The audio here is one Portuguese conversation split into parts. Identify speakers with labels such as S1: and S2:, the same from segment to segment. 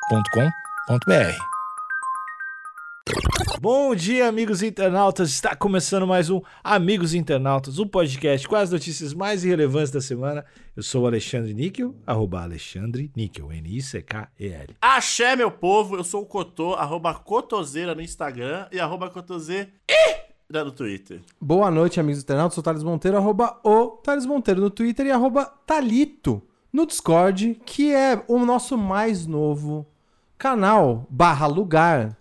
S1: agenciadepodcast.com.br.
S2: Bom dia, amigos internautas. Está começando mais um Amigos Internautas, o podcast com as notícias mais irrelevantes da semana. Eu sou o Alexandre Níquel, arroba Alexandre Níquel, N-I-C-K-E-L.
S3: Axé, meu povo, eu sou o Cotô, arroba Cotoseira no Instagram e arroba Cotoseira no Twitter.
S4: Boa noite, amigos internautas. Sou o Thales Monteiro, arroba o Thales Monteiro no Twitter e arroba Talito no Discord, que é o nosso mais novo canal barra lugar,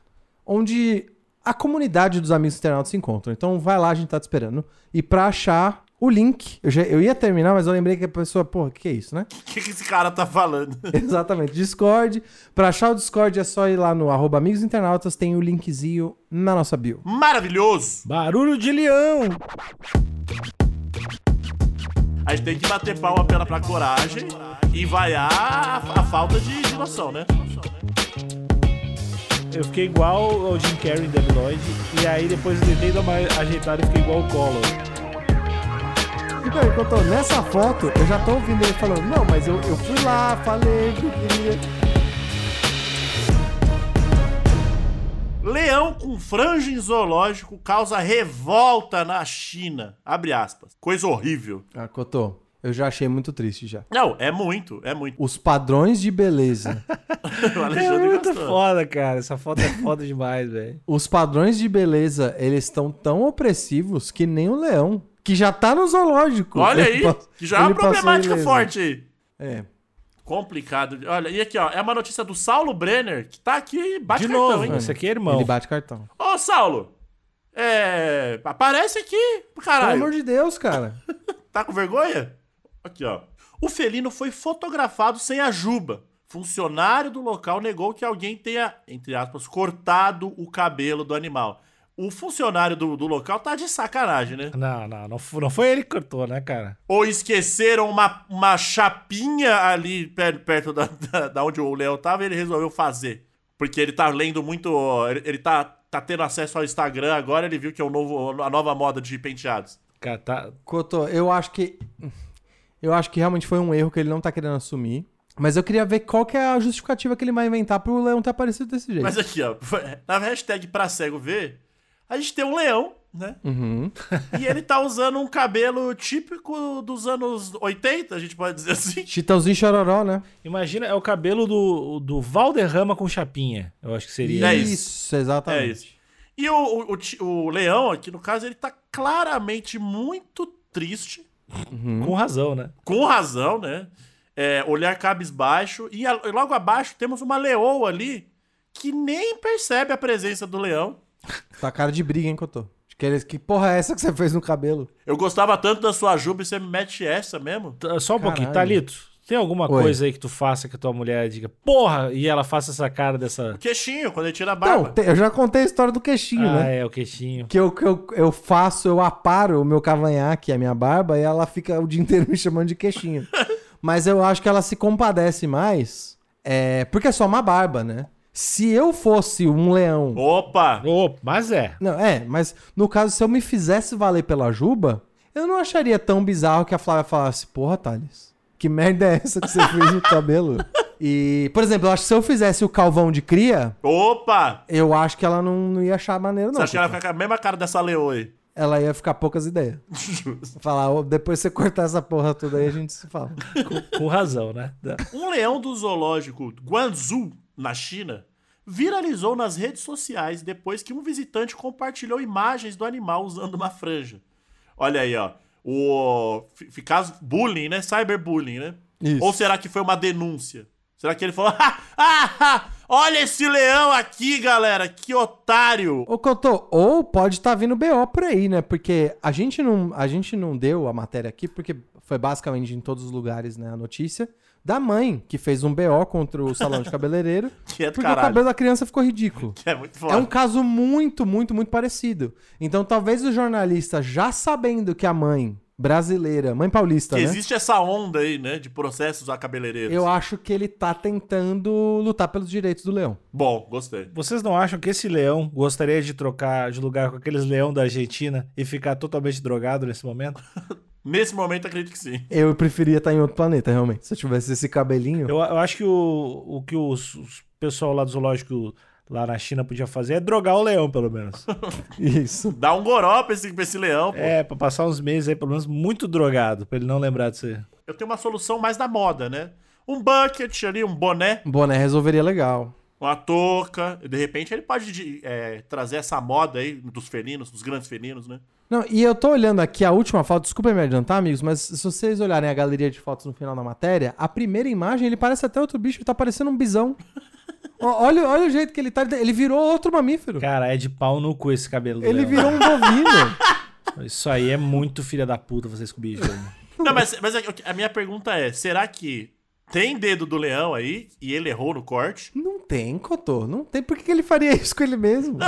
S4: onde a comunidade dos amigos internautas se encontram. Então vai lá, a gente tá te esperando. E pra achar o link, eu, já- eu ia terminar, mas eu lembrei que a pessoa, porra, que que é isso, né?
S3: O que, que esse cara tá falando?
S4: Exatamente, Discord. Pra achar o Discord é só ir lá no arroba amigos internautas, tem o linkzinho na nossa bio.
S3: Maravilhoso!
S2: Barulho de leão!
S3: A gente tem que bater palma pela, pra coragem e vaiar a, a falta de, de noção, né?
S2: Eu fiquei igual ao Jim Carrey da Lloyd, e aí depois eu tentei dar uma ajeitada e fiquei igual o Collor.
S4: Então, enquanto eu- nessa foto, eu já tô ouvindo ele falando, não, mas eu, eu fui lá, falei que eu queria.
S3: Leão com franja em zoológico causa revolta na China. Abre aspas. Coisa horrível.
S4: Ah, Cotô, eu já achei muito triste já.
S3: Não, é muito, é muito.
S4: Os padrões de beleza.
S3: O
S2: É
S3: Alexandre
S2: muito
S3: gostou.
S2: foda, cara. Essa foto é foda demais, velho.
S4: Os padrões de beleza, eles estão tão opressivos que nem o leão, que já tá no zoológico.
S3: Olha
S4: Ele
S3: aí,
S4: pa-
S3: que já é uma
S4: ele passou
S3: problemática
S4: ileso.
S3: forte aí.
S4: É.
S3: Complicado. Olha, e aqui, ó, é uma notícia do Saulo Brenner, que tá aqui e bate
S2: De
S3: cartão,
S2: novo,
S3: hein?
S2: esse aqui é irmão.
S4: Ele bate cartão.
S3: Ô, Saulo, é... aparece aqui,
S4: Pelo
S3: caralho.
S4: amor de Deus, cara.
S3: Tá com vergonha? Aqui, ó. O felino foi fotografado sem a juba. Funcionário do local negou que alguém tenha, entre aspas, cortado o cabelo do animal. O funcionário do, do local tá de sacanagem, né?
S2: Não, não, não, f- não foi ele que cortou, né, cara?
S3: Ou esqueceram uma, uma chapinha ali per- perto da, da, da onde o Léo tava e ele resolveu fazer. Porque ele tá lendo muito. ó, Ele, ele tá, tá tendo acesso ao Instagram agora, ele viu que é o novo, a nova moda de penteados.
S2: Cara, tá.
S4: Cotô, eu acho que. Eu acho que realmente foi um erro que ele não tá querendo assumir. Mas eu queria ver qual que é a justificativa que ele vai inventar pro leão ter aparecido desse jeito.
S3: Mas aqui, ó, na hashtag pra cego ver, a gente tem um leão, né?
S4: Uhum.
S3: E ele tá usando um cabelo típico dos anos 80, a gente pode dizer assim.
S4: Chitãozinho e Chororó, né?
S2: Imagina, é o cabelo do, do Valderrama com chapinha. Eu acho que seria.
S3: É
S4: isso.
S3: isso.
S4: exatamente.
S3: É isso. E o, o, o ti- o leão, aqui no caso, ele tá claramente muito triste.
S2: Com razão, né?
S3: com razão, né? É, olhar cabisbaixo. E a- e logo abaixo temos uma leoa ali que nem percebe a presença do leão.
S4: Tá cara de briga, hein, Cotô? De Que, eles- que porra é essa que você fez no cabelo?
S3: Eu gostava tanto da sua juba e você me mete essa mesmo?
S2: T- Só um pouquinho.
S4: Caralho.
S2: Thalito, tem alguma
S4: Oi.
S2: coisa aí que tu faça que tua mulher diga, porra, e ela faça essa cara dessa.
S3: Queixinho, quando ele tira a
S4: Não,
S3: barba.
S4: te- eu já contei a história do queixinho,
S2: Ah,
S4: né?
S2: é, o queixinho.
S4: Que, eu, que eu, eu faço, eu aparo o meu cavanhaque, a minha barba, e ela fica o dia inteiro me chamando de queixinho. Mas eu acho que ela se compadece mais, é, porque é só uma barba, né? Se eu fosse um leão
S3: Opa!
S2: Ô, mas é.
S4: Não, é, mas no caso, se eu me fizesse valer pela Juba, eu não acharia tão bizarro que a Flávia falasse, porra, Thales, que merda é essa que você fez no cabelo? E, por exemplo, eu acho que se eu fizesse o calvão de cria,
S3: Opa!
S4: eu acho que ela não, não ia achar maneiro, não.
S3: você acha que ela fica com a mesma cara dessa leoa aí?
S4: Ela ia ficar poucas ideias. Falar, "Ô, depois você cortar essa porra toda aí, a gente se fala.
S2: Com razão, né? Da-
S3: Um leão do zoológico Guangzhou, na China, viralizou nas redes sociais depois que um visitante compartilhou imagens do animal usando uma franja. Olha aí, ó. O fi- ficar bullying, né? Cyberbullying, né?
S4: Isso.
S3: Ou será que foi uma denúncia? Será que ele falou: ah, ah, ah, olha esse leão aqui, galera, que otário.
S4: Ô, Cotô, ou pode estar vindo BO por aí, né? Porque a gente, não, a gente não deu a matéria aqui, porque foi basicamente em todos os lugares, né, a notícia, da mãe que fez um BO contra o salão de cabeleireiro,
S3: Que é do
S4: porque o
S3: caralho.
S4: cabelo da criança ficou ridículo.
S3: Que é muito foda.
S4: É um caso muito, muito, muito parecido. Então, talvez o jornalista, já sabendo que a mãe brasileira, mãe paulista,
S3: Que
S4: né?
S3: existe essa onda aí, né? De processos a cabeleireiros.
S4: Eu acho que ele tá tentando lutar pelos direitos do leão.
S3: Bom, gostei.
S2: Vocês não acham que esse leão gostaria de trocar de lugar com aqueles leão da Argentina e ficar totalmente drogado nesse momento?
S3: Nesse momento, acredito que sim.
S4: Eu preferia estar em outro planeta, realmente. Se eu tivesse esse cabelinho.
S2: Eu, eu acho que o, o que os, os pessoal lá do zoológico lá na China podia fazer é drogar o leão, pelo menos.
S4: Isso.
S3: Dá um goró pra esse, pra esse leão, pô.
S2: é, pra passar uns meses aí, pelo menos, muito drogado, pra ele não lembrar de você.
S3: Eu tenho uma solução mais da moda, né? Um bucket ali, um boné,
S4: Boné resolveria legal.
S3: uma touca. De repente ele pode de- é, trazer essa moda aí dos felinos, dos grandes felinos, né?
S4: Não, e eu tô olhando aqui a última foto, desculpa me adiantar, amigos, mas se vocês olharem a galeria de fotos no final da matéria, a primeira imagem ele parece até outro bicho, ele tá parecendo um bisão. Ó, olha, olha o jeito que ele tá, ele virou outro mamífero.
S2: Cara, é de pau no cu esse cabelo. do
S4: Ele
S2: leão.
S4: virou um bovino.
S2: Isso aí é muito filha da puta vocês com bicho. né?
S3: Não, mas, mas a a minha pergunta é: será que tem dedo do leão aí e ele errou no corte?
S4: Não tem, Cotô, não tem. Por que que ele faria isso com ele mesmo?
S3: Não, porque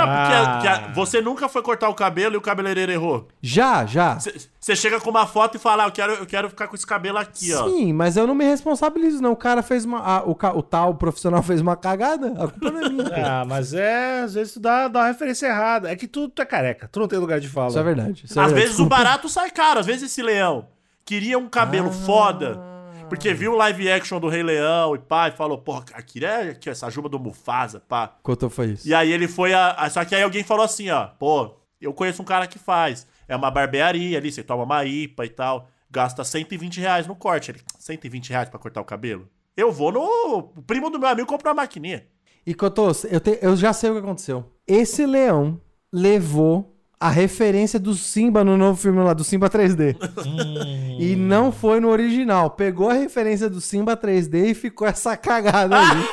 S2: Ah.
S3: a- que a- você nunca foi cortar o cabelo e o cabeleireiro errou.
S4: Já, já.
S3: Você chega com uma foto e fala: ah, eu quero, eu quero ficar com esse cabelo aqui, ó.
S4: Sim, mas eu não me responsabilizo, não. O cara fez uma. ah, o, ca- o tal profissional fez uma cagada, a culpa não é minha.
S2: ah, mas é, às vezes tu dá, dá uma referência errada. É que tu, tu é careca, tu não tem lugar de fala.
S4: Isso é verdade. Isso é
S3: Às
S4: verdade.
S3: vezes o barato sai caro, às vezes esse leão queria um cabelo foda, porque viu o live action do Rei Leão e pá, e falou, porra, aqui é aqui, essa juba do Mufasa, pá.
S4: Cotô foi isso.
S3: E aí ele foi a, a- Só que aí alguém falou assim, ó, pô, eu conheço um cara que faz. É uma barbearia ali, você toma uma IPA e tal, gasta 120 reais no corte. Ele, 120 reais pra cortar o cabelo? Eu vou no. O primo do meu amigo comprou uma maquininha.
S4: E Cotô, eu, te- eu já sei o que aconteceu. Esse leão levou a referência do Simba no novo filme lá, do Simba 3D.
S2: Hum.
S4: E não foi no original. Pegou a referência do Simba 3D e ficou essa cagada aí.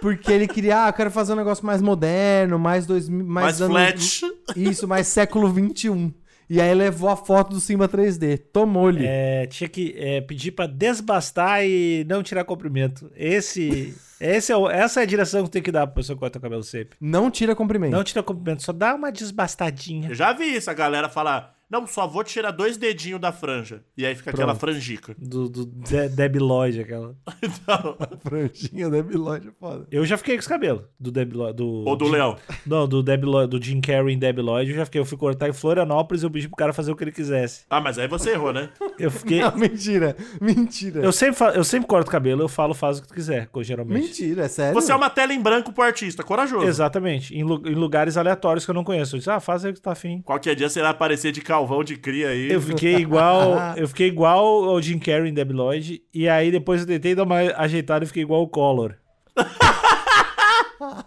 S4: Porque ele queria, ah, eu quero fazer um negócio mais moderno, mais dois, mil- mais,
S3: Mas
S4: anos-
S3: flat.
S4: Isso, mais século 21. E aí levou a foto do Simba 3D. Tomou-lhe.
S2: É, tinha que é, pedir pra desbastar e não tirar comprimento. Esse, esse é o- essa é a direção que tem que dar pra pessoa que corta o cabelo sempre.
S4: Não tira comprimento.
S2: Não tira comprimento, só dá uma desbastadinha.
S3: Eu já vi isso, a galera falar, não, só vou tirar dois dedinhos da franja. E aí fica aquela
S4: Pronto.
S3: franjica.
S2: Do, do De- Debi Lloyd, aquela.
S3: Então,
S4: Franjinha da Bilóide, é foda.
S2: Eu já fiquei com esse cabelo. Do Debi Lloyd. Do,
S3: ou do
S2: Jim-
S3: leão.
S2: Não, do, Debi Lloyd, do Jim Carrey em Debi Lloyd. Eu já fiquei. Eu fui cortar em Florianópolis e eu pedi pro cara fazer o que ele quisesse.
S3: Ah, mas aí você errou, né?
S2: Eu fiquei.
S4: Não, é. mentira. Mentira.
S2: eu, sempre, fa- eu sempre corto o cabelo, eu falo, faz o que tu quiser, co- geralmente.
S4: Mentira, é sério.
S3: Você é uma tela em branco pro artista, corajoso.
S2: Exatamente. Em, lu- em lugares aleatórios que eu não conheço. Eu disse, ah, faz aí o que tu tá afim.
S3: Qualquer dia você vai aparecer de calvão de cria aí.
S2: Eu fiquei
S4: Ah.
S2: igual. eu fiquei igual ao Jim Carrey em Debi Lloyd. E aí depois eu tentei dar uma ajeitada e fiquei igual o Collor.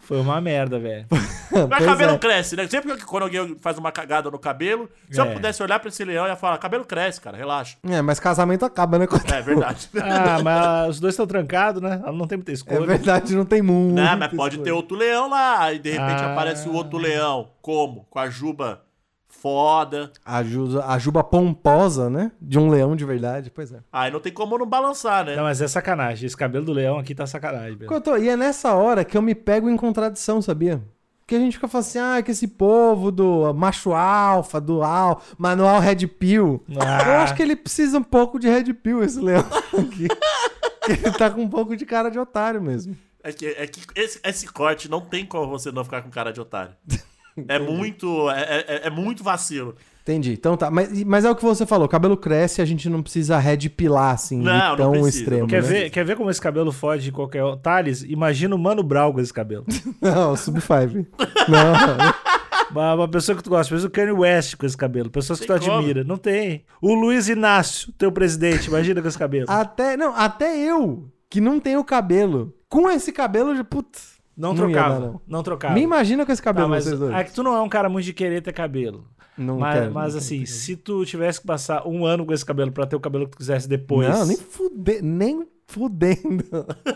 S2: Foi uma merda, velho.
S3: Mas
S4: Pois
S3: cabelo
S4: é.
S3: cresce, né? Sempre que quando alguém faz uma cagada no cabelo, se eu
S2: É.
S3: pudesse olhar pra esse leão, eu ia falar, cabelo cresce, cara, relaxa.
S4: É, mas casamento acaba, né?
S3: É verdade.
S2: Ah, mas os dois estão trancados, né? Ela não tem muita
S4: É
S2: escolha.
S4: verdade, não tem muito.
S3: Não, Né? mas pode ter outro leão lá. Aí de repente
S2: Ah.
S3: aparece o outro leão. Como? Com a juba foda.
S4: A juba, a juba pomposa, né? De um leão de verdade, pois é.
S3: Aí não tem como não balançar, né?
S2: Não, mas é sacanagem. Esse cabelo do leão aqui tá sacanagem, velho.
S4: Cotô, e é nessa hora que eu me pego em contradição, sabia? Porque a gente fica falando assim, ah, que esse povo do macho alfa, do al, manual red pill.
S2: Ah.
S4: Eu acho que ele precisa um pouco de red pill, esse leão aqui. ele tá com um pouco de cara de otário mesmo.
S3: É que, é que esse, esse corte não tem como você não ficar com cara de otário. É muito. É, é- é- é muito vacilo.
S4: Entendi. Então tá, mas, mas é o que você falou, cabelo cresce, a gente não precisa red pilar, assim,
S3: Não,
S4: de
S3: não
S4: tão
S3: precisa,
S4: extremo.
S3: não
S2: Quer
S4: né?
S2: ver, quer ver como esse cabelo fode qualquer. um? Thales, imagina o Mano Brau com esse cabelo.
S4: Não, sub 5. Não.
S2: uma, uma pessoa que tu gosta, mas o Kanye West com esse cabelo. Pessoas que
S3: Tem
S2: tu
S3: como.
S2: admira. Não tem. O Luiz Inácio, teu presidente, imagina com esse cabelo.
S4: Até, não, até eu, que não tenho cabelo. Com esse cabelo, de putz.
S2: Não
S4: ia
S2: trocava.
S4: dar,
S2: Não, trocava.
S4: Me imagina com esse
S2: Tá,
S4: cabelo,
S2: mas
S4: vocês dois.
S2: é que tu não é um cara muito de querer ter cabelo.
S4: Não
S2: mas
S4: quero,
S2: mas
S4: não
S2: assim, se tu tivesse que passar um ano com esse cabelo pra ter o cabelo que tu quisesse depois.
S4: Não, nem fude, nem fudendo.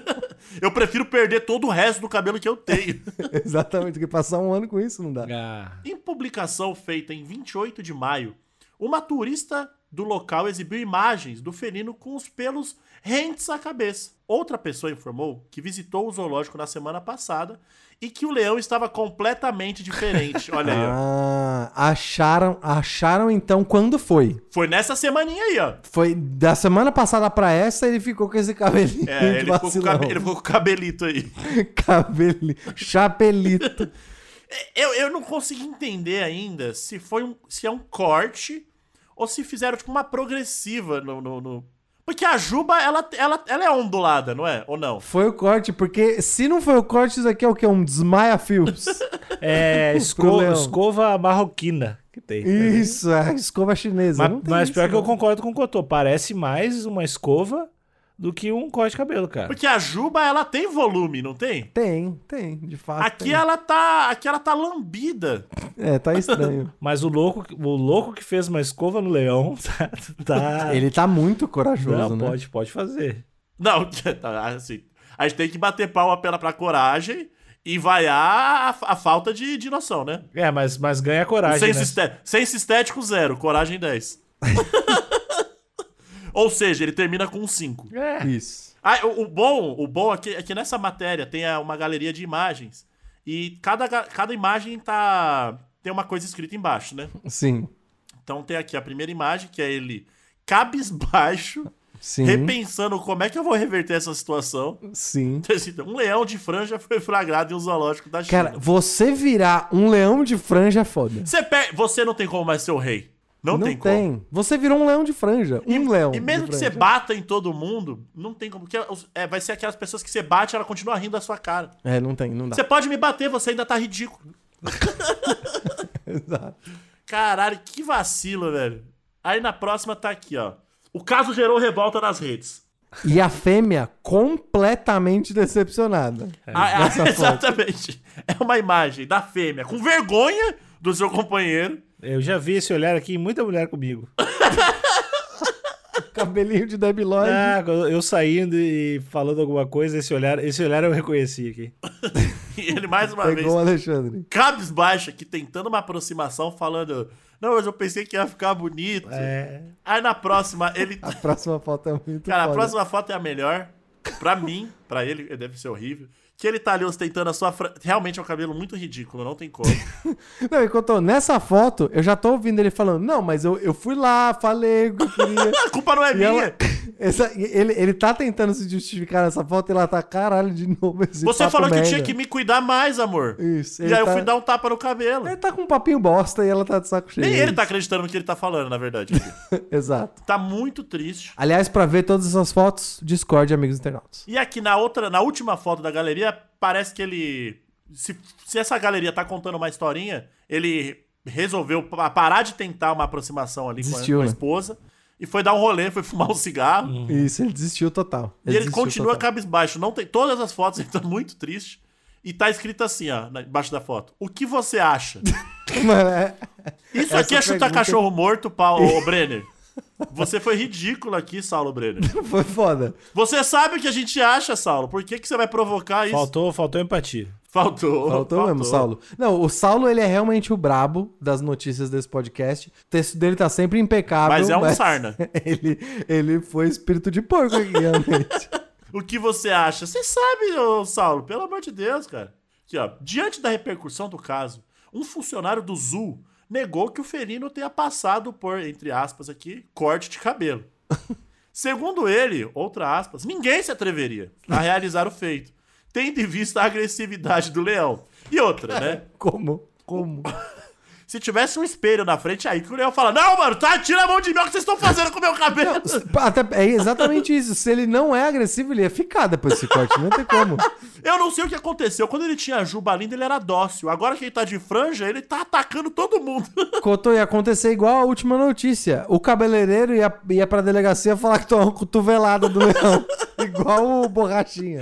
S3: Eu prefiro perder todo o resto do cabelo que eu tenho.
S4: Exatamente, porque passar um ano com isso não dá.
S2: Ah,
S3: em publicação feita em 28 de maio, uma turista do local exibiu imagens do felino com os pelos rentes à cabeça. Outra pessoa informou que visitou o zoológico na semana passada e que o leão estava completamente diferente. Olha aí, ó.
S4: Ah, acharam, acharam então quando foi?
S3: Foi nessa semaninha aí, ó.
S4: Foi da semana passada pra essa, ele ficou com esse cabelinho
S3: É,
S4: de
S3: ele ficou, com o
S4: vacilão.
S3: cabe- ele ficou com o cabelito aí.
S4: Cabelinho, chapelito.
S3: Eu, eu não consegui entender ainda se foi um, se é um corte ou se fizeram tipo uma progressiva no. no- no- Porque a juba, ela, ela, ela é ondulada, não é? Ou não?
S4: Foi o corte, porque se não foi o corte, isso aqui é o quê? Um desmaia fios.
S2: É,
S4: Pro
S2: esco-
S4: leão.
S2: escova marroquina que tem.
S4: isso, é escova chinesa.
S2: Ma-
S4: Não
S2: Mas,
S4: tem isso,
S2: pior que eu
S4: não.
S2: concordo com o Cotô. Parece mais uma escova do que um corte de cabelo, cara.
S3: Porque a juba, ela tem volume, não tem?
S4: Tem, tem, de fato.
S3: Aqui
S4: Ah, tem.
S3: ela tá, aqui ela tá lambida.
S4: É, tá estranho.
S2: Mas o louco, o louco que fez uma escova no leão tá. tá-
S4: Ele tá muito corajoso,
S2: não,
S4: né?
S2: pode, pode fazer.
S3: Não, tá, assim, a gente tem que bater palma pela pra coragem e vaiar a, a falta de, de noção, né?
S2: É, mas, mas ganha
S3: O
S2: coragem.
S3: senso,
S2: Né?
S3: esté- senso estético zero, coragem 10. Ou seja, ele termina com um 5.
S2: É.
S4: Isso.
S3: Ah, o, o bom, o bom é que, é que nessa matéria tem a- uma galeria de imagens e cada, ga- cada imagem tá tem uma coisa escrita embaixo, né?
S4: Sim,
S3: Então tem aqui a primeira imagem que é ele cabisbaixo,
S4: sim,
S3: repensando como é que eu vou reverter essa situação.
S4: sim.
S3: Um leão de franja foi flagrado em um zoológico da China.
S4: Cara, você virar um leão de franja é foda.
S3: você, pe- você não tem como mais ser o rei. Não, tem, como.
S4: Você virou um leão de franja. Um leão.
S3: E mesmo
S4: de
S3: que você
S4: franja.
S3: bata em todo mundo, não tem como. Porque os- é, vai ser aquelas pessoas que você bate ela continua rindo da sua cara.
S4: É, não tem, não dá.
S3: Você pode me bater, você ainda tá ridículo.
S4: Exato.
S3: Caralho, que vacilo, velho. Aí na próxima tá aqui, ó. O caso gerou revolta nas redes.
S4: E a fêmea completamente decepcionada.
S3: A- a-
S4: Nessa É. foto.
S3: Ah, exatamente. É uma imagem da fêmea com vergonha do seu companheiro.
S2: É, Eu já vi esse olhar aqui em muita mulher comigo.
S4: Cabelinho de Debbie Lloyd.
S3: É,
S2: Ah, eu- eu saindo e falando alguma coisa, esse olhar, esse olhar eu reconheci aqui.
S3: E ele mais uma vez
S4: Pegou o Alexandre.
S3: cabisbaixo aqui, tentando uma aproximação, falando: Não, mas eu pensei que ia ficar bonito.
S2: É.
S3: Aí na próxima, ele.
S4: A próxima foto é muito
S3: Cara, a
S4: foda.
S3: próxima foto é a melhor. Pra mim, pra ele, deve ser horrível. Que ele tá ali ostentando a sua. Fra... Realmente é um cabelo muito ridículo, não tem como.
S4: Não, enquanto eu- nessa foto, eu já tô ouvindo ele falando, não, mas eu, eu fui lá, falei o que eu queria.
S3: a culpa não é
S4: E
S3: minha.
S4: ela- essa- e ele, ele tá tentando se justificar nessa foto e ela tá, caralho, de novo esse
S3: Você
S4: papo
S3: falou que eu
S4: merda."
S3: tinha que me cuidar mais, amor.
S4: Isso,
S3: e aí
S4: ele
S3: eu
S4: tá-
S3: fui dar um tapa no cabelo.
S4: Ele tá com um papinho bosta e ela tá de saco cheio.
S3: Nem ele tá acreditando no que ele tá falando, na verdade.
S4: Exato.
S3: tá muito triste.
S4: Aliás, pra ver todas essas fotos, Discord, amigos internautas.
S3: E aqui na outra, na última foto da galeria, parece que ele. Se, se essa galeria tá contando uma historinha, ele resolveu pa- parar de tentar uma aproximação ali com a-
S4: Desistiu,
S3: com a,
S4: né?
S3: esposa e foi dar um rolê, foi fumar um cigarro.
S4: Isso, ele desistiu total.
S3: E ele
S4: desistiu
S3: continua
S4: total.
S3: cabisbaixo. Não tem, todas as fotos ele tá muito triste. E tá escrito assim, ó, na- embaixo da foto. O que você acha?
S4: Mano, é-
S3: Isso
S4: Essa
S3: aqui é chutar
S4: pergunta-
S3: cachorro morto, Paulo ô, Brenner. Você foi ridículo aqui, Saulo Brenner.
S4: Foi foda.
S3: Você sabe o que a gente acha, Saulo. Por que, que você vai provocar isso?
S2: Faltou, faltou empatia.
S3: Faltou.
S4: Faltou mesmo, Saulo. Não, o Saulo, ele é realmente o brabo das notícias desse podcast. O texto dele tá sempre impecável.
S3: Mas é um sarna.
S4: Ele, ele foi espírito de porco aqui, realmente.
S3: O que você acha? Você sabe, ô, Saulo, pelo amor de Deus, cara. Aqui, ó. Diante da repercussão do caso, um funcionário do Zoo negou que o felino tenha passado por, entre aspas aqui, corte de cabelo. Segundo ele, outra aspas, ninguém se atreveria a realizar o feito, tendo em vista a agressividade do leão. E outra, né?
S4: Como? Como?
S3: Se tivesse um espelho na frente, aí que o leão fala: Não, mano, tá, tira a mão de mim, é o que vocês estão fazendo com o meu cabelo?
S4: Até, é exatamente isso. Se ele não é agressivo, ele ia ficar depois desse corte. Não tem como.
S3: Eu não sei o que aconteceu. Quando ele tinha a juba linda, ele era dócil. Agora que ele tá de franja, ele tá atacando todo mundo.
S4: Cotô, ia acontecer igual a última notícia. O cabeleireiro ia, ia pra delegacia falar que tomou uma cotovelada do leão. igual o Borrachinha.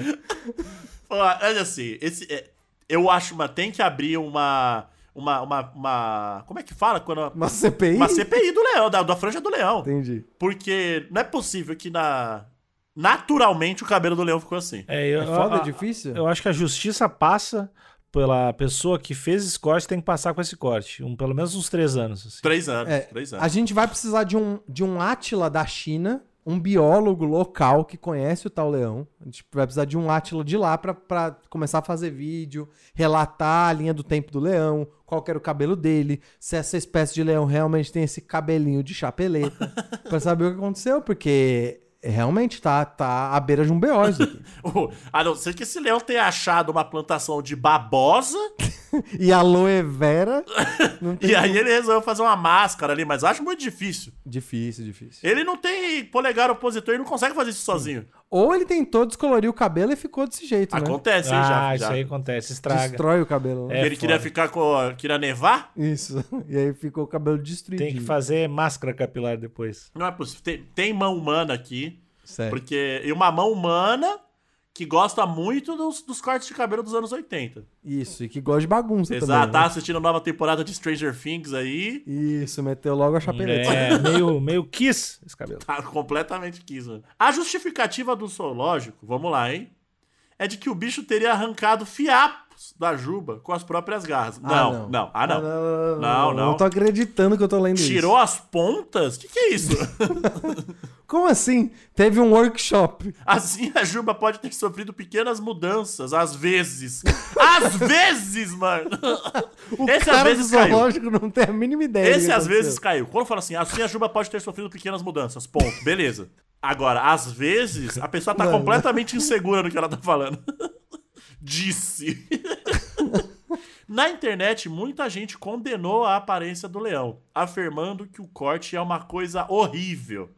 S3: Ó, Olha assim, esse, é, eu acho uma. Tem que abrir uma. Uma, uma, uma- Como é que fala? Quando,
S4: Uma CPI?
S3: uma CPI do leão, da, da franja do leão.
S4: Entendi.
S3: Porque não é possível que na. Naturalmente o cabelo do leão ficou assim.
S2: É, eu,
S4: É foda,
S2: a-
S4: é difícil?
S2: Eu acho que a justiça passa pela pessoa que fez esse corte, tem que passar com esse corte. Um, pelo menos uns três anos. assim.
S3: Três anos.
S4: É,
S3: três
S4: a
S3: anos.
S4: gente vai precisar de um, de um Átila da China, um biólogo local que conhece o tal leão. A gente vai precisar de um Átila de lá pra- pra começar a fazer vídeo, relatar a linha do tempo do leão, qual que era o cabelo dele, se essa espécie de leão realmente tem esse cabelinho de chapeleta, Pra saber o que aconteceu, porque realmente tá, tá à beira de um B.O. isso aqui.
S3: a não ser que esse leão tenha achado uma plantação de babosa
S4: e aloe vera. Não tem
S3: E aí ele resolveu fazer uma máscara ali, mas eu acho muito difícil.
S4: Difícil, difícil.
S3: Ele não tem polegar opositor e não consegue fazer isso sozinho.
S4: Ou ele tentou descolorir o cabelo e ficou desse jeito, né?
S3: Acontece, hein, É, já.
S2: Ah, isso
S3: já.
S2: aí acontece, estraga.
S4: Destrói o cabelo. né?
S2: É,
S3: ele queria
S2: foda.
S3: ficar com. a- Queria nevar?
S4: Isso. E aí ficou o cabelo destruído.
S2: Tem que fazer máscara capilar depois.
S3: Não é possível. Tem, tem mão humana aqui.
S4: Sério.
S3: Porque. E uma mão humana que gosta muito dos, dos cortes de cabelo dos anos 80.
S4: Isso, e que gosta de bagunça
S3: Exato,
S4: também.
S3: tá
S4: né?
S3: assistindo a nova temporada de Stranger Things aí.
S4: Isso, meteu logo a
S3: Ah,
S4: chapeleta.
S2: É, meio, meio kiss esse cabelo.
S3: Tá completamente quis, mano. A justificativa do zoológico, vamos lá, hein? É de que o bicho teria arrancado fiapos da juba com as próprias garras. não, não, Ah, não.
S4: não,
S3: Não, não.
S4: tô acreditando que eu tô lendo isso.
S3: Tirou as pontas? O que, que é isso?
S4: Como assim? Teve um workshop.
S3: Assim, a Juba pode ter sofrido pequenas mudanças, às vezes. Às vezes, mano!
S4: O
S3: Esse às
S4: cara do
S3: vezes caiu.
S4: zoológico não tem a mínima ideia. do
S3: Esse
S4: que
S3: às vezes
S4: aconteceu.
S3: caiu. Quando fala assim, assim a Juba pode ter sofrido pequenas mudanças. Ponto. Beleza. Agora, às vezes, a pessoa tá
S4: Mano.
S3: completamente insegura no que ela tá falando. Disse. Na internet, muita gente condenou a aparência do leão, afirmando que o corte é uma coisa horrível.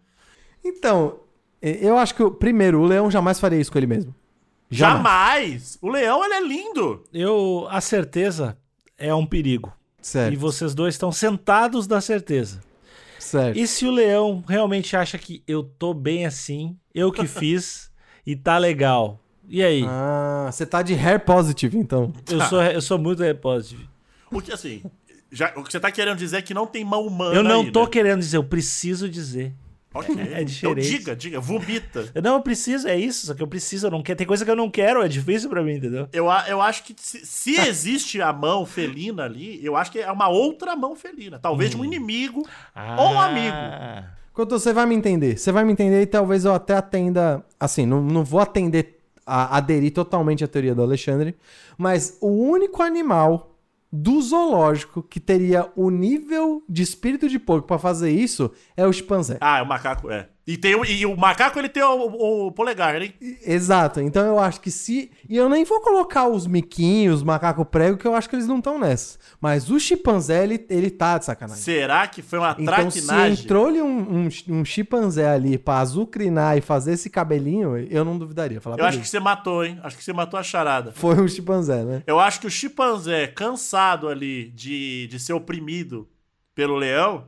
S4: Então, e- eu acho que, o- primeiro, o leão jamais faria isso com ele mesmo.
S3: Jamais! O leão, ele é lindo!
S2: Eu, a certeza é um perigo. E
S4: Sério,
S2: vocês dois estão sentados da certeza.
S4: sério.
S2: E se o leão realmente acha que eu tô bem assim, eu que fiz e tá legal? E aí?
S4: Ah, você tá de hair positive, então.
S2: Eu, sou, eu sou muito repósito.
S3: O que assim, já, o que você tá querendo dizer é que não tem mão humana.
S2: Eu não
S3: aí,
S2: tô
S3: Né?
S2: querendo dizer, eu preciso dizer.
S3: Ok.
S2: É
S3: então
S2: diferente.
S3: diga, diga, vomita.
S2: Eu não, eu preciso, é isso, só que eu preciso, eu não quero. Tem coisa que eu não quero, é difícil pra mim, entendeu?
S3: Eu, a- eu acho que se, se existe a mão felina ali, eu acho que é uma outra mão felina. Talvez
S2: Hum.
S3: de um inimigo. Ou um amigo.
S4: Couto, você vai me entender. Você vai me entender e talvez eu até atenda. Assim, não, não vou atender a aderir totalmente à teoria do Alexandre. Mas o único animal do zoológico que teria o nível de espírito de porco pra fazer isso é o chimpanzé.
S3: Ah, é o macaco, é. E, tem, o- e o macaco, ele tem o, o- o polegar, hein?
S4: E- Exato. Então eu acho que se. E eu nem vou colocar os miquinhos, os macaco prego, que eu acho que eles não estão nessa. Mas o chimpanzé, ele, ele tá de sacanagem.
S3: Será que foi uma
S4: Então, se
S3: traquinagem?
S4: entrou-lhe um, um, um chimpanzé ali pra azucrinar e fazer esse cabelinho, eu não duvidaria. Falar,
S3: Eu acho
S4: "Beleza."
S3: que você matou, hein? Acho que você matou a charada.
S4: Foi um chimpanzé, né?
S3: Eu acho que o chimpanzé, cansado ali de, de ser oprimido pelo leão,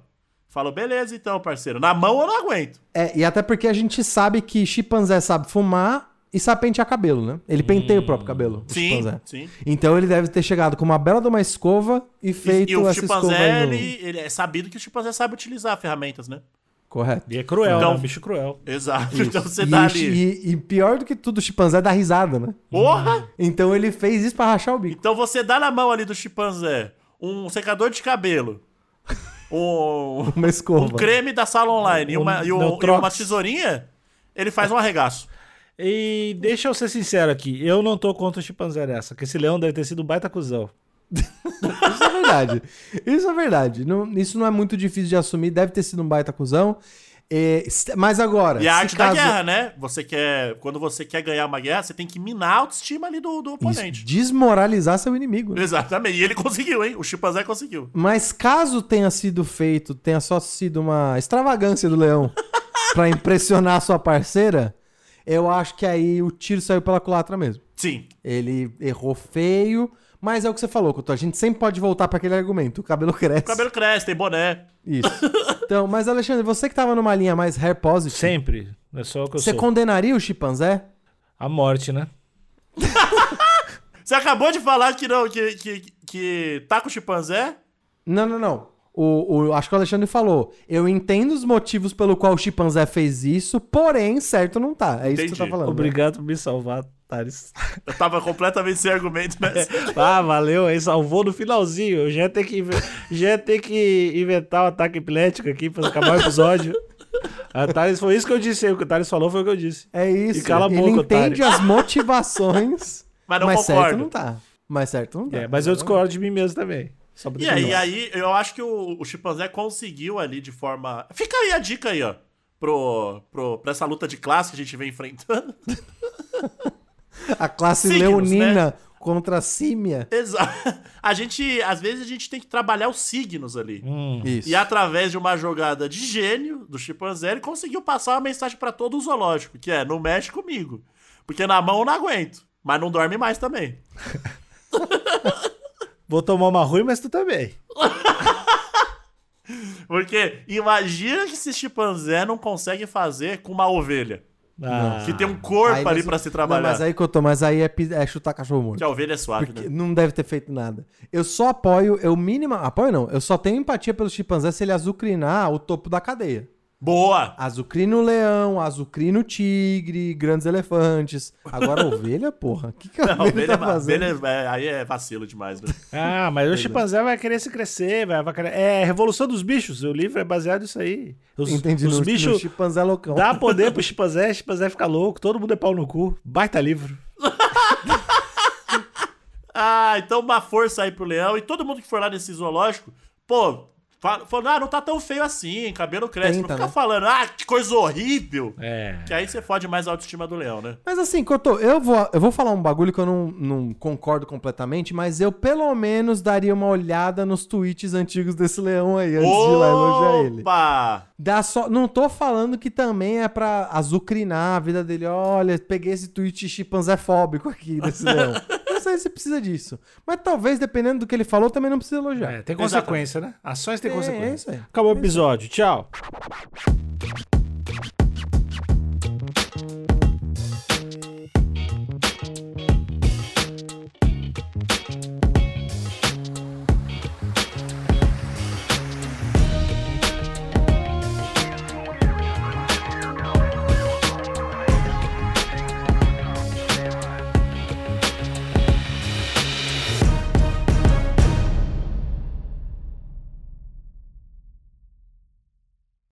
S3: falou: beleza, então, parceiro. Na mão eu não aguento.
S4: É, e até porque a gente sabe que chimpanzé sabe fumar e sabe pentear cabelo, né? Ele penteia o próprio cabelo, o
S3: Sim,
S4: chimpanzé.
S3: sim.
S4: Então ele deve ter chegado com uma bela de uma escova e feito
S3: e, e o
S4: essa escova
S3: chimpanzé,
S4: aí no...
S3: ele, ele é sabido que o chimpanzé sabe utilizar ferramentas, né?
S4: Correto.
S2: E é cruel,
S3: Então-
S2: né? um bicho cruel.
S3: Exato. Então você
S4: e,
S3: dá
S4: o chi-
S3: ali.
S4: e- e pior do que tudo, o chimpanzé dá risada, né?
S3: Porra!
S4: Então ele fez isso pra rachar o bico.
S3: Então você dá na mão ali do chimpanzé um secador de cabelo, um,
S4: Uma escova.
S3: um creme da sala online e
S2: Um
S3: uma, e um- e
S2: Neutrox.
S3: uma tesourinha, ele faz um arregaço.
S2: E deixa eu ser sincero aqui, eu não tô contra o chimpanzé nessa, que esse leão deve ter sido um baita cuzão.
S4: Isso é verdade. Isso é verdade. Não- isso não é muito difícil de assumir. Deve ter sido um baita cuzão. É, se- mas agora.
S3: E a
S4: se
S3: arte da
S4: caso-
S3: guerra, né? Você quer. Quando você quer ganhar uma guerra, você tem que minar a autoestima ali do, do
S4: Isso,
S3: oponente.
S4: desmoralizar seu inimigo.
S3: É.
S4: né?
S3: Exatamente. E ele conseguiu, hein? O chimpanzé conseguiu.
S4: Mas caso tenha sido feito, tenha só sido uma extravagância do leão pra impressionar a sua parceira, eu acho que aí o tiro saiu pela culatra mesmo.
S3: Sim.
S4: Ele errou feio, mas é o que você falou, Couto. A gente sempre pode voltar pra aquele argumento. O cabelo cresce.
S3: O cabelo cresce, tem boné.
S4: Isso. Então, mas Alexandre, você que tava numa linha mais hair positive,
S2: Sempre, é só o que eu
S4: você
S2: sou.
S4: condenaria o chimpanzé?
S2: A morte, né?
S3: Você acabou de falar que não, que, que, que tá com o chimpanzé?
S4: Não, não, não. O, o- acho que o Alexandre falou. Eu entendo os motivos pelo qual o chimpanzé fez isso, porém, certo não tá. É isso que você tá
S3: Entendi.
S4: falando. né?
S2: Obrigado por me salvar, Thales.
S3: Eu tava completamente sem argumento, mas.
S4: É.
S2: Ah, valeu aí, salvou no finalzinho. Eu já ia ter que, inve- já ia ter que inventar o um ataque epilético aqui pra acabar o episódio. A Thales, foi isso que eu disse aí, o que o Thales falou foi o que eu disse.
S4: É isso.
S2: E cala a
S4: Ele
S2: boca,
S4: entende
S2: otário.
S4: as motivações,
S3: Mas Ah, não
S4: mas certo
S3: concordo.
S4: não tá. Mas certo não tá.
S2: É, mas eu discordo de mim mesmo também. Só pra
S3: E
S2: deixar
S3: aí,
S2: claro.
S3: aí, eu acho que o, o chimpanzé conseguiu ali de forma. Fica aí a dica aí, ó. Pro, pro, pra essa luta de classe que a gente vem enfrentando.
S4: A classe
S3: Signos,
S4: leonina
S3: né?
S4: contra a símia.
S3: Exato. A gente, às vezes, a gente tem que trabalhar os signos ali.
S4: Isso.
S3: E através de uma jogada de gênio do chimpanzé, ele conseguiu passar uma mensagem pra todo o zoológico, que é, não mexe comigo. Porque na mão eu não aguento, mas não dorme mais também.
S2: Vou tomar uma ruim, mas tu também.
S3: Porque imagina que esse chimpanzé não consegue fazer com uma ovelha,
S2: Ah,
S3: que tem um
S4: Aí,
S3: corpo ali
S4: mas-
S3: pra se
S4: Não,
S3: trabalhar.
S4: mas aí que eu tô, mas aí é, pi- é chutar cachorro morto.
S3: Que a ovelha é suave,
S4: Porque
S3: né?
S4: não deve ter feito nada. Eu só apoio, eu mínima. Apoio não, eu só tenho empatia pelo chimpanzé se ele azucrinar o topo da cadeia.
S3: Boa!
S4: Azucrina o leão, azucrina o tigre, grandes elefantes. Agora a ovelha, porra, o que, que a
S3: A
S4: ovelha,
S3: ovelha,
S4: tá
S3: é-
S4: fazendo?
S3: ovelha é- aí é vacilo demais, né?
S2: Ah, mas o chimpanzé vai querer se crescer, vai, vai querer... É Revolução dos Bichos, o livro é baseado nisso aí. Os,
S4: Entendi,
S2: os
S4: no, no
S2: bichos
S4: chimpanzé loucão.
S2: dá poder pro chimpanzé, o chimpanzé fica louco, todo mundo é pau no cu. Baita livro.
S3: Ah, então uma força aí pro leão. E todo mundo que for lá nesse zoológico, pô, fala, fala, ah, não tá tão feio assim, cabelo cresce.
S4: Tenta,
S3: não fica
S4: né?
S3: falando, ah, que coisa horrível.
S2: É.
S3: Que aí você fode mais a autoestima do leão, né?
S4: Mas assim, Cotô, eu vou, eu vou falar um bagulho que eu não, não concordo completamente, mas eu pelo menos daria uma olhada nos tweets antigos desse leão aí, antes de ir lá elogiar ele.
S3: Opa!
S4: Dá só, não tô falando que também é pra azucrinar a vida dele. Olha, peguei esse tweet chimpanzéfóbico aqui desse leão. não sei se precisa disso. Mas talvez, dependendo do que ele falou, também não precisa elogiar.
S2: É, tem consequência, né? Ações têm
S4: É, é
S2: consequência.
S4: isso aí.
S2: Acabou o episódio, tchau.